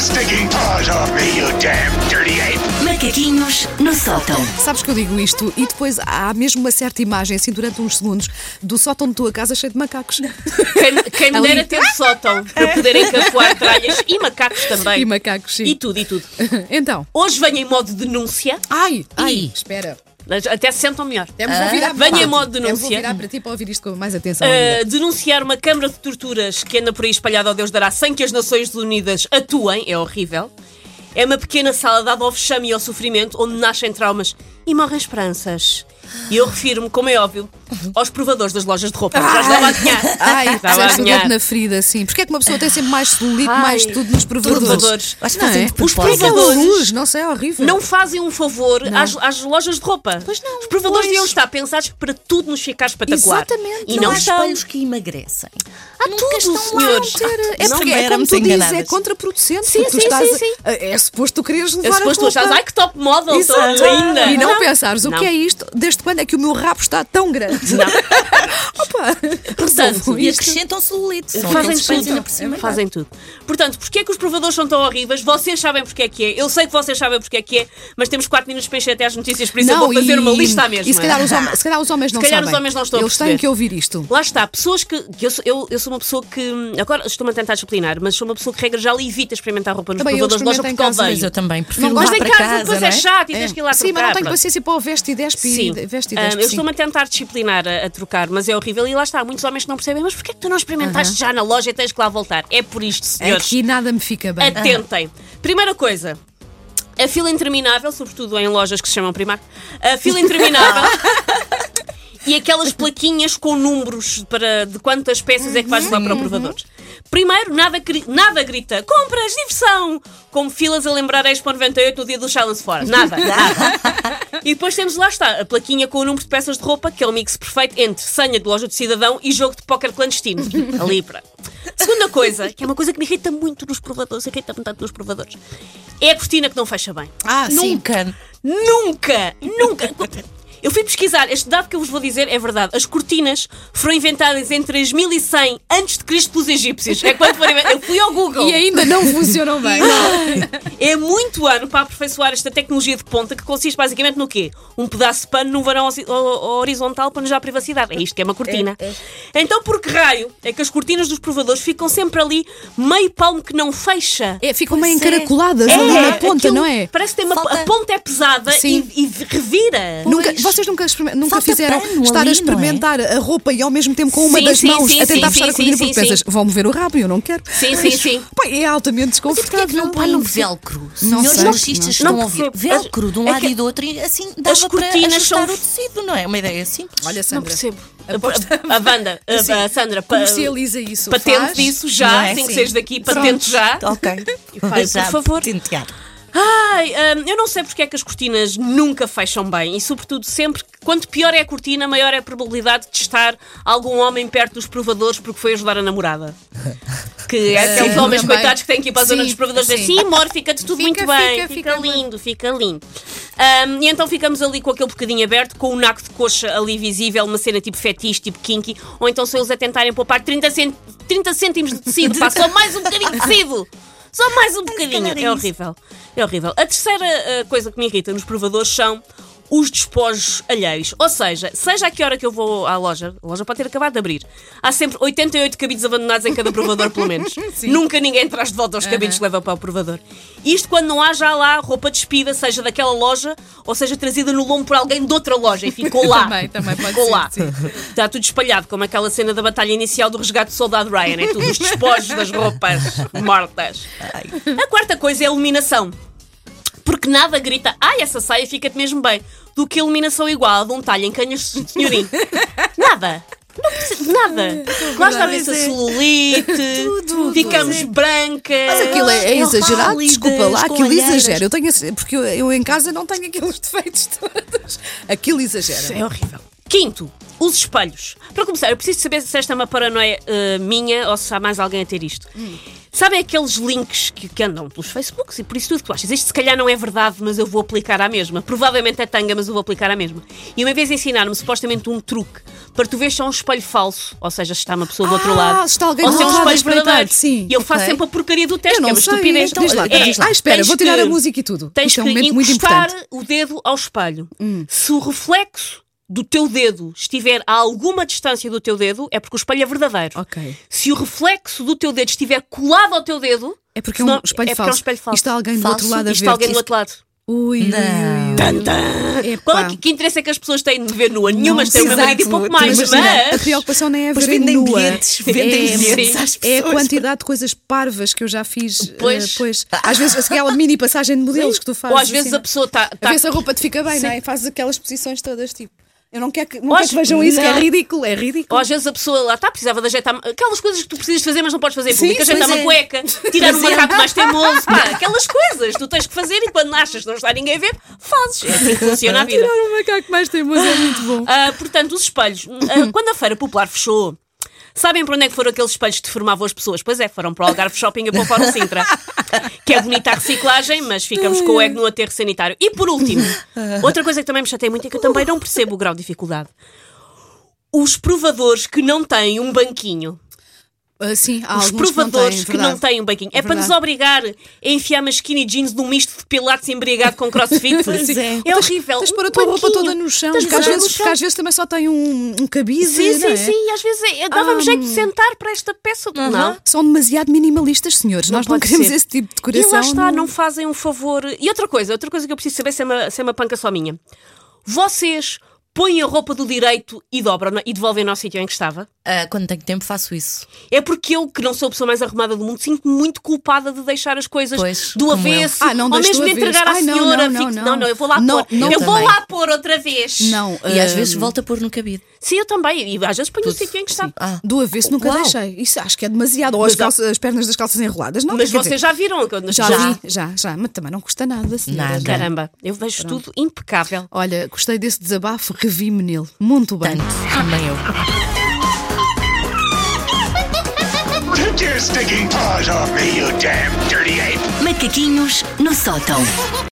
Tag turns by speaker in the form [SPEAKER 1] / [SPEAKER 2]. [SPEAKER 1] stinking paws off me, you damn dirty ape!
[SPEAKER 2] Macaquinhos no sótão.
[SPEAKER 3] Sabes que eu digo isto e depois há mesmo uma certa imagem, assim, durante uns segundos, do sótão de tua casa cheio de macacos.
[SPEAKER 4] Quem, quem me
[SPEAKER 3] Ali. É.
[SPEAKER 4] dera ter sótão para poder encapuar tralhas e macacos também.
[SPEAKER 3] E macacos, sim.
[SPEAKER 4] E tudo, e tudo.
[SPEAKER 3] Então.
[SPEAKER 4] Hoje venho em modo denúncia.
[SPEAKER 3] Ai, ai,
[SPEAKER 4] Ih.
[SPEAKER 3] espera.
[SPEAKER 4] Mas Até se sentam melhor.
[SPEAKER 3] Temos de virar para
[SPEAKER 4] Venha
[SPEAKER 3] ti.
[SPEAKER 4] em modo
[SPEAKER 3] Temos de
[SPEAKER 4] denúncia.
[SPEAKER 3] virar para ti para ouvir isto com mais atenção. ainda.
[SPEAKER 4] Uh, denunciar uma câmara de torturas que anda por aí espalhada ao Deus dará sem que as Nações Unidas atuem, é horrível. É uma pequena sala dada ao vexame e ao sofrimento, onde nascem traumas e morrem esperanças. E eu refiro-me, como é óbvio, aos provadores das lojas de roupa. Já estava a adivinhar.
[SPEAKER 3] Ah. Ai,
[SPEAKER 4] estava a
[SPEAKER 3] fizeste o dedo
[SPEAKER 4] adivinhar.
[SPEAKER 3] na ferida, sim. Porquê é que uma pessoa tem sempre mais celulite,
[SPEAKER 4] Tá Ai,
[SPEAKER 3] mais tudo nos provadores?
[SPEAKER 4] provadores.
[SPEAKER 3] Acho
[SPEAKER 5] que fazem de
[SPEAKER 3] Os
[SPEAKER 4] propósito.
[SPEAKER 3] provadores. luz, não sei, é horrível.
[SPEAKER 4] Não fazem um favor às, às lojas de roupa. Pois não. Os provadores deviam estar pensados para tudo nos ficar espetacular.
[SPEAKER 3] Exatamente. Não
[SPEAKER 4] E
[SPEAKER 3] é
[SPEAKER 4] não,
[SPEAKER 5] há
[SPEAKER 4] estão.
[SPEAKER 5] espelhos que emagrecem.
[SPEAKER 4] Há tudo,
[SPEAKER 3] Não há
[SPEAKER 4] senhores.
[SPEAKER 3] de ter- É
[SPEAKER 5] Não
[SPEAKER 3] porque, é como
[SPEAKER 5] éramos
[SPEAKER 3] tu dizes, é
[SPEAKER 5] enganadas.
[SPEAKER 3] contraproducente.
[SPEAKER 4] Sim,
[SPEAKER 3] porque tu
[SPEAKER 4] sim,
[SPEAKER 3] estás
[SPEAKER 4] sim,
[SPEAKER 3] a-
[SPEAKER 4] sim.
[SPEAKER 3] É, suposto tu queres levar
[SPEAKER 4] Eu
[SPEAKER 3] a
[SPEAKER 4] suposto tu
[SPEAKER 3] roupa.
[SPEAKER 4] achares, ai que top model, estou
[SPEAKER 3] Exato.
[SPEAKER 4] linda.
[SPEAKER 3] E não, pensares, o
[SPEAKER 4] Não.
[SPEAKER 3] que é isto? Desde quando é que o meu rabo está tão grande?
[SPEAKER 4] Não.
[SPEAKER 3] Opa,
[SPEAKER 4] Portanto,
[SPEAKER 3] resolve
[SPEAKER 5] E
[SPEAKER 3] isto.
[SPEAKER 5] acrescentam celulite. São
[SPEAKER 4] Fazem
[SPEAKER 5] aqueles espelhos ainda
[SPEAKER 4] tudo.
[SPEAKER 5] por cima.
[SPEAKER 4] Fazem tudo. Portanto, porquê é que os provadores são tão horríveis? Vocês sabem porque é que é. Eu sei que vocês sabem porque é que é, mas temos 4 minutos para encher até as notícias, por isso eu vou fazer
[SPEAKER 3] e-
[SPEAKER 4] uma lista à mesma.
[SPEAKER 3] E se calhar os, hom- se calhar os homens não
[SPEAKER 4] calhar os
[SPEAKER 3] sabem.
[SPEAKER 4] homens não estão a
[SPEAKER 3] Eles têm
[SPEAKER 4] perceber.
[SPEAKER 3] que ouvir isto.
[SPEAKER 4] Lá está, pessoas que. que eu, sou, eu, eu sou uma pessoa que. hum, Agora estou-me a tentar disciplinar, mas sou uma pessoa que, regra já evita experimentar roupa nos
[SPEAKER 3] Também eu
[SPEAKER 4] provadores de loja
[SPEAKER 3] experimento em
[SPEAKER 4] porque
[SPEAKER 3] casa,
[SPEAKER 5] Mas eu
[SPEAKER 4] odeio.
[SPEAKER 5] também prefiro
[SPEAKER 3] Não
[SPEAKER 4] Mas
[SPEAKER 3] vá
[SPEAKER 5] levar
[SPEAKER 4] em
[SPEAKER 5] para
[SPEAKER 4] casa,
[SPEAKER 5] casa,
[SPEAKER 4] depois
[SPEAKER 5] não
[SPEAKER 4] é
[SPEAKER 5] é?
[SPEAKER 4] chato e tens que ir lá
[SPEAKER 3] Sim, mas
[SPEAKER 4] trocar,
[SPEAKER 3] não tenho
[SPEAKER 4] pronto.
[SPEAKER 3] paciência para o veste e despe e
[SPEAKER 4] Sim,
[SPEAKER 3] de- veste e
[SPEAKER 4] Ah,
[SPEAKER 3] despe.
[SPEAKER 4] eu
[SPEAKER 3] sim.
[SPEAKER 4] estou-me a tentar disciplinar a, a trocar, mas é horrível. E lá está, há muitos homens que não percebem, mas porquê é que tu não experimentaste já na loja e tens que lá voltar? É por isto, senhores.
[SPEAKER 3] Aqui nada me fica bem.
[SPEAKER 4] Atentem. Primeira coisa. A fila interminável, sobretudo em lojas que se chamam Primark, a fila interminável e aquelas plaquinhas com números para de quantas peças é que vais levar para o
[SPEAKER 3] Uhum.
[SPEAKER 4] provador. Primeiro, nada, cri- nada grita compras, diversão, como filas a lembrar a Expo 98 no dia do Challenge Fora. Nada, nada. e depois temos lá está, a plaquinha com o número de peças de roupa, que é o mix perfeito entre senha de loja do cidadão e jogo de póquer clandestino. Ali, pronto. Segunda coisa, que é uma coisa que me irrita muito nos provadores, irrita-me tanto nos provadores, é a cortina que não fecha bem.
[SPEAKER 5] Ah, Nunca.
[SPEAKER 4] Nunca, nunca. Eu fui pesquisar, este dado que eu vos vou dizer é verdade. As cortinas foram inventadas em 3100 antes de Cristo pelos egípcios. É quando foram inventadas. Eu fui ao Google.
[SPEAKER 3] E ainda não funcionam bem.
[SPEAKER 4] É muito ano para aperfeiçoar esta tecnologia de ponta que consiste basicamente no quê? Um pedaço de pano num varão hosi- ho- ho- horizontal para nos dar privacidade. É isto que é uma cortina. Então, por que raio é que as cortinas dos provadores ficam sempre ali meio palmo que não fecha?
[SPEAKER 3] É, ficam meio
[SPEAKER 5] Pois é.
[SPEAKER 3] encaracoladas ali na ponta,
[SPEAKER 4] aquilo
[SPEAKER 3] não é?
[SPEAKER 4] Parece que tem uma,
[SPEAKER 5] Falta-
[SPEAKER 4] a ponta é pesada
[SPEAKER 3] Sim.
[SPEAKER 4] e, e revira.
[SPEAKER 3] Nunca,
[SPEAKER 5] Pois.
[SPEAKER 3] vocês nunca, experime- nunca
[SPEAKER 5] Falta
[SPEAKER 3] fizeram
[SPEAKER 5] pano ali,
[SPEAKER 3] estar a
[SPEAKER 5] não é?
[SPEAKER 3] experimentar a roupa e ao mesmo tempo com uma
[SPEAKER 4] Sim,
[SPEAKER 3] das
[SPEAKER 4] sim,
[SPEAKER 3] mãos
[SPEAKER 4] sim,
[SPEAKER 3] a tentar
[SPEAKER 4] sim,
[SPEAKER 3] fechar a
[SPEAKER 4] sim,
[SPEAKER 3] cortina
[SPEAKER 4] sim,
[SPEAKER 3] porque
[SPEAKER 4] sim,
[SPEAKER 3] pensas, vão mover o rabo e eu não quero.
[SPEAKER 4] Sim, sim, sim.
[SPEAKER 3] Pá, é altamente
[SPEAKER 5] Porquê é que
[SPEAKER 3] desconfortável.
[SPEAKER 5] não põe um velcro? Senhores
[SPEAKER 3] sei.
[SPEAKER 5] marxistas
[SPEAKER 4] Não
[SPEAKER 5] estão a ouvir.
[SPEAKER 4] percebo.
[SPEAKER 5] Velcro de um
[SPEAKER 4] É
[SPEAKER 5] lado
[SPEAKER 4] que
[SPEAKER 5] e do outro e assim dava para
[SPEAKER 4] cortinas são-
[SPEAKER 5] ajustar o tecido, não é? Uma ideia simples.
[SPEAKER 3] Olha, Sandra,
[SPEAKER 4] Não percebo. A, a Wanda, a,
[SPEAKER 3] Sim.
[SPEAKER 4] a Sandra, pa-
[SPEAKER 3] comercializa isso.
[SPEAKER 4] patente
[SPEAKER 3] faz.
[SPEAKER 4] disso
[SPEAKER 5] Não
[SPEAKER 4] já,
[SPEAKER 5] é?
[SPEAKER 4] assim que
[SPEAKER 5] Sim.
[SPEAKER 4] sejas daqui, patente já.
[SPEAKER 3] Então,
[SPEAKER 5] Ok.
[SPEAKER 4] Pai, por favor.
[SPEAKER 5] Tentear.
[SPEAKER 4] Ai, hum, eu não sei porque é que as cortinas nunca fecham bem e, sobretudo, sempre que- quanto pior é a cortina, maior é a probabilidade de estar algum homem perto dos provadores porque foi ajudar a namorada. Que é aqueles
[SPEAKER 3] Sim,
[SPEAKER 4] homens
[SPEAKER 3] também.
[SPEAKER 4] coitados que têm que ir para a zona
[SPEAKER 3] Sim,
[SPEAKER 4] dos provadores e dizer
[SPEAKER 3] sim.
[SPEAKER 4] sim, amor, fica-te tudo
[SPEAKER 3] Fica,
[SPEAKER 4] muito bem,
[SPEAKER 3] fica,
[SPEAKER 4] fica,
[SPEAKER 3] fica bem."
[SPEAKER 4] lindo, fica lindo. Hum, e então ficamos ali com aquele bocadinho aberto, com o naco de coxa ali visível, uma cena tipo fetiche, tipo kinky, ou então são eles a tentarem poupar 30, cent... 30 cêntimos de tecido, pá, só mais um bocadinho de tecido! Só mais um bocadinho.
[SPEAKER 5] calhar é
[SPEAKER 4] É
[SPEAKER 5] isso.
[SPEAKER 4] horrível. É horrível. A terceira eh, coisa que me irrita nos provadores são os despojos alheios. Ou seja, seja a que hora que eu vou à loja, a loja pode ter acabado de abrir, há sempre 88 cabides abandonados em cada provador, pelo menos. Nunca ninguém traz de volta os cabides que leva para o provador. Isto quando não há já lá roupa despida, seja daquela loja ou seja trazida no lombo por alguém de outra loja e ficou lá.
[SPEAKER 3] Também, também pode
[SPEAKER 4] ficou
[SPEAKER 3] ser,
[SPEAKER 4] lá.
[SPEAKER 3] sim.
[SPEAKER 4] Está tudo espalhado, como aquela cena da batalha inicial do resgate do soldado Ryan. É tudo os despojos das roupas mortas. A quarta coisa é a iluminação. Porque nada grita, ai, essa saia fica-te mesmo bem, do que a iluminação igual a de um talho em canhas de senhorim. nada. Não precisa de nada. Lá está a ver-se a celulite, ficamos brancas.
[SPEAKER 3] Mas aquilo
[SPEAKER 4] Ah,
[SPEAKER 3] é, é
[SPEAKER 5] Não,
[SPEAKER 3] exagerado,
[SPEAKER 5] pálidas,
[SPEAKER 3] desculpa lá,
[SPEAKER 5] com
[SPEAKER 3] aquilo
[SPEAKER 5] olheiras.
[SPEAKER 3] exagera. Eu tenho, esse- porque eu, eu em casa não tenho aqueles defeitos todos. Aquilo exagera.
[SPEAKER 4] É horrível. Quinto, os espelhos. Para começar, eu preciso saber se esta é uma paranoia eh, minha ou se há mais alguém a ter isto. Sabem aqueles links que, que andam pelos Facebooks e por isso tudo que tu achas? Isto se calhar não é verdade, mas eu vou aplicar à mesma. Provavelmente é tanga, mas eu vou aplicar à mesma. E uma vez ensinaram-me supostamente um truque para tu veres se é um espelho falso, ou seja, se está uma pessoa do outro
[SPEAKER 3] Ah,
[SPEAKER 4] lado.
[SPEAKER 3] se está alguém
[SPEAKER 4] ou
[SPEAKER 3] do
[SPEAKER 4] se é um
[SPEAKER 3] outro lado a
[SPEAKER 4] espelho
[SPEAKER 3] espreitar,
[SPEAKER 4] verdadeiro.
[SPEAKER 3] sim,
[SPEAKER 4] E eu faço
[SPEAKER 5] ok.
[SPEAKER 4] sempre a porcaria do teste,
[SPEAKER 3] Eu
[SPEAKER 4] que é
[SPEAKER 3] não
[SPEAKER 4] uma
[SPEAKER 3] sei.
[SPEAKER 4] estupidez.
[SPEAKER 3] Então, diz lá,
[SPEAKER 4] É,
[SPEAKER 3] diz lá. Ah, espera,
[SPEAKER 4] tens
[SPEAKER 3] vou tirar a
[SPEAKER 4] que-
[SPEAKER 3] música e tudo.
[SPEAKER 4] Tens
[SPEAKER 3] Isto é um
[SPEAKER 4] que
[SPEAKER 3] momento muito
[SPEAKER 4] encostar
[SPEAKER 3] importante.
[SPEAKER 4] o dedo ao espelho.
[SPEAKER 3] Hum.
[SPEAKER 4] Se o reflexo do teu dedo estiver a alguma distância do teu dedo, é porque o espelho é verdadeiro.
[SPEAKER 3] Ok.
[SPEAKER 4] Se o reflexo do teu dedo estiver colado ao teu dedo,
[SPEAKER 3] É porque é um
[SPEAKER 4] senão-
[SPEAKER 3] espelho
[SPEAKER 4] é porque
[SPEAKER 3] falso.
[SPEAKER 4] É um espelho falso.
[SPEAKER 3] E está alguém do outro
[SPEAKER 5] Falso.
[SPEAKER 3] lado a
[SPEAKER 4] E
[SPEAKER 3] ver.
[SPEAKER 4] está alguém do outro lado.
[SPEAKER 3] Ui, ui, ui, ui. Epá.
[SPEAKER 4] Qual é que, que interesse é que as pessoas têm de ver nua? Nenhuma, isto é o meu
[SPEAKER 5] exato.
[SPEAKER 4] marido e pouco
[SPEAKER 3] Mas,
[SPEAKER 4] mais. Mas,
[SPEAKER 3] imagina, a preocupação nem é
[SPEAKER 5] Pois
[SPEAKER 3] ver em
[SPEAKER 5] vendem
[SPEAKER 3] nua.
[SPEAKER 5] bilhetes, vendem
[SPEAKER 3] é,
[SPEAKER 5] bilhetes
[SPEAKER 3] sim.
[SPEAKER 5] às
[SPEAKER 3] É a
[SPEAKER 5] pessoas.
[SPEAKER 3] quantidade de coisas parvas que eu já fiz. eh,
[SPEAKER 4] Pois.
[SPEAKER 3] pois. Às vezes aquela mini passagem de modelos que tu fazes.
[SPEAKER 4] ou às vezes
[SPEAKER 3] assim,
[SPEAKER 4] a pessoa tá- está.
[SPEAKER 3] A ver se a roupa te fica bem,
[SPEAKER 4] Sim.
[SPEAKER 3] não é? Fazes aquelas posições todas, tipo. Eu não quero que, não quero
[SPEAKER 4] às-
[SPEAKER 3] que vejam isso, que é
[SPEAKER 4] não.
[SPEAKER 3] ridículo, é ridículo.
[SPEAKER 4] Ou às vezes a pessoa lá está, precisava de ajeitar aquelas coisas que tu precisas de fazer, mas não podes fazer. em
[SPEAKER 3] Sim,
[SPEAKER 4] público, ajeitar
[SPEAKER 3] pois
[SPEAKER 4] uma
[SPEAKER 3] é.
[SPEAKER 4] cueca, tirar um
[SPEAKER 3] Pois é.
[SPEAKER 4] macaco mais teimoso, pá, aquelas coisas que tu tens que fazer e quando achas que não está ninguém a ver, fazes. É assim que funciona a vida.
[SPEAKER 3] Tirar um macaco mais teimoso é muito bom.
[SPEAKER 4] Ah, portanto, os espelhos, ah, quando a Feira Popular fechou, sabem para onde é que foram aqueles espelhos que deformavam as pessoas? Pois é, foram para o Algarve Shopping e para o Fórum Sintra. Que é bonita a reciclagem, mas ficamos com o ego no aterro sanitário. E por último, outra coisa que também me chateia muito é que eu também não percebo o grau de dificuldade. Os provadores que não têm um banquinho.
[SPEAKER 3] Ah, sim, há
[SPEAKER 4] Os
[SPEAKER 3] alguns
[SPEAKER 4] provadores que não
[SPEAKER 3] verdade.
[SPEAKER 4] têm um banquinho. É para
[SPEAKER 3] Verdade.
[SPEAKER 4] nos obrigar a enfiar umas skinny jeans num misto de pilates embriagado com crossfit.
[SPEAKER 3] Pois é.
[SPEAKER 4] é horrível.
[SPEAKER 3] Tens de pôr
[SPEAKER 4] Um
[SPEAKER 3] a tua roupa
[SPEAKER 4] banquinho.
[SPEAKER 3] toda no chão,
[SPEAKER 4] Tens de
[SPEAKER 3] porque às,
[SPEAKER 4] pôr no
[SPEAKER 3] vezes,
[SPEAKER 4] chão.
[SPEAKER 3] porque às vezes também só tem um, um cabize.
[SPEAKER 4] Sim,
[SPEAKER 3] não
[SPEAKER 4] sim,
[SPEAKER 3] é?
[SPEAKER 4] sim. Às vezes é- dava-me
[SPEAKER 3] Ah.
[SPEAKER 4] jeito de sentar para esta peça do não.
[SPEAKER 3] São demasiado minimalistas, senhores. Nós não
[SPEAKER 4] pode
[SPEAKER 3] queremos
[SPEAKER 4] ser.
[SPEAKER 3] esse tipo de
[SPEAKER 4] E
[SPEAKER 3] decoração.
[SPEAKER 4] lá está, não fazem um favor. E outra coisa, outra coisa que eu preciso saber se é uma, se é uma panca só minha. Vocês põem a roupa do direito e dobram e devolvem ao sítio em que estava?
[SPEAKER 5] Ah, quando tenho tempo faço isso.
[SPEAKER 4] É porque eu, que não sou a pessoa mais arrumada do mundo, sinto-me muito culpada de deixar as coisas
[SPEAKER 5] Pois,
[SPEAKER 4] do
[SPEAKER 5] como
[SPEAKER 4] avesso.
[SPEAKER 3] eu. Ah, não
[SPEAKER 4] ou
[SPEAKER 3] deixo
[SPEAKER 4] mesmo
[SPEAKER 3] do avesso.
[SPEAKER 4] entregar à
[SPEAKER 3] Ai, não,
[SPEAKER 4] senhora.
[SPEAKER 3] não,
[SPEAKER 4] fico-
[SPEAKER 3] não,
[SPEAKER 4] não,
[SPEAKER 3] não.
[SPEAKER 4] eu vou lá
[SPEAKER 3] Não,
[SPEAKER 4] pôr.
[SPEAKER 3] não,
[SPEAKER 4] eu vou
[SPEAKER 5] também.
[SPEAKER 4] lá pôr outra vez.
[SPEAKER 3] Não,
[SPEAKER 5] E às
[SPEAKER 3] ah,
[SPEAKER 5] vezes volto a pôr no cabide.
[SPEAKER 4] Sim, eu também. E às vezes ponho o
[SPEAKER 5] Tudo.
[SPEAKER 4] sítio em que estava.
[SPEAKER 5] Ah,
[SPEAKER 3] Do avesso nunca
[SPEAKER 5] Uau.
[SPEAKER 3] deixei. Isso acho que é demasiado. Ou as,
[SPEAKER 4] Mas há-
[SPEAKER 3] calças- as pernas das calças enroladas, não?
[SPEAKER 4] Mas
[SPEAKER 3] quer
[SPEAKER 4] vocês
[SPEAKER 3] dizer,
[SPEAKER 4] já viram. que eu-
[SPEAKER 3] já,
[SPEAKER 5] já.
[SPEAKER 3] vi, já, já. Mas também não custa nada, senhora.
[SPEAKER 5] Nada.
[SPEAKER 4] Caramba, eu vejo tudo impecável.
[SPEAKER 3] Olha, gostei desse desabafo, revi-me nele. Muito bem.
[SPEAKER 5] tanto. Também eu.
[SPEAKER 1] Take your stinking paws off me, you damn dirty ape!
[SPEAKER 2] Macaquinhos no sótão.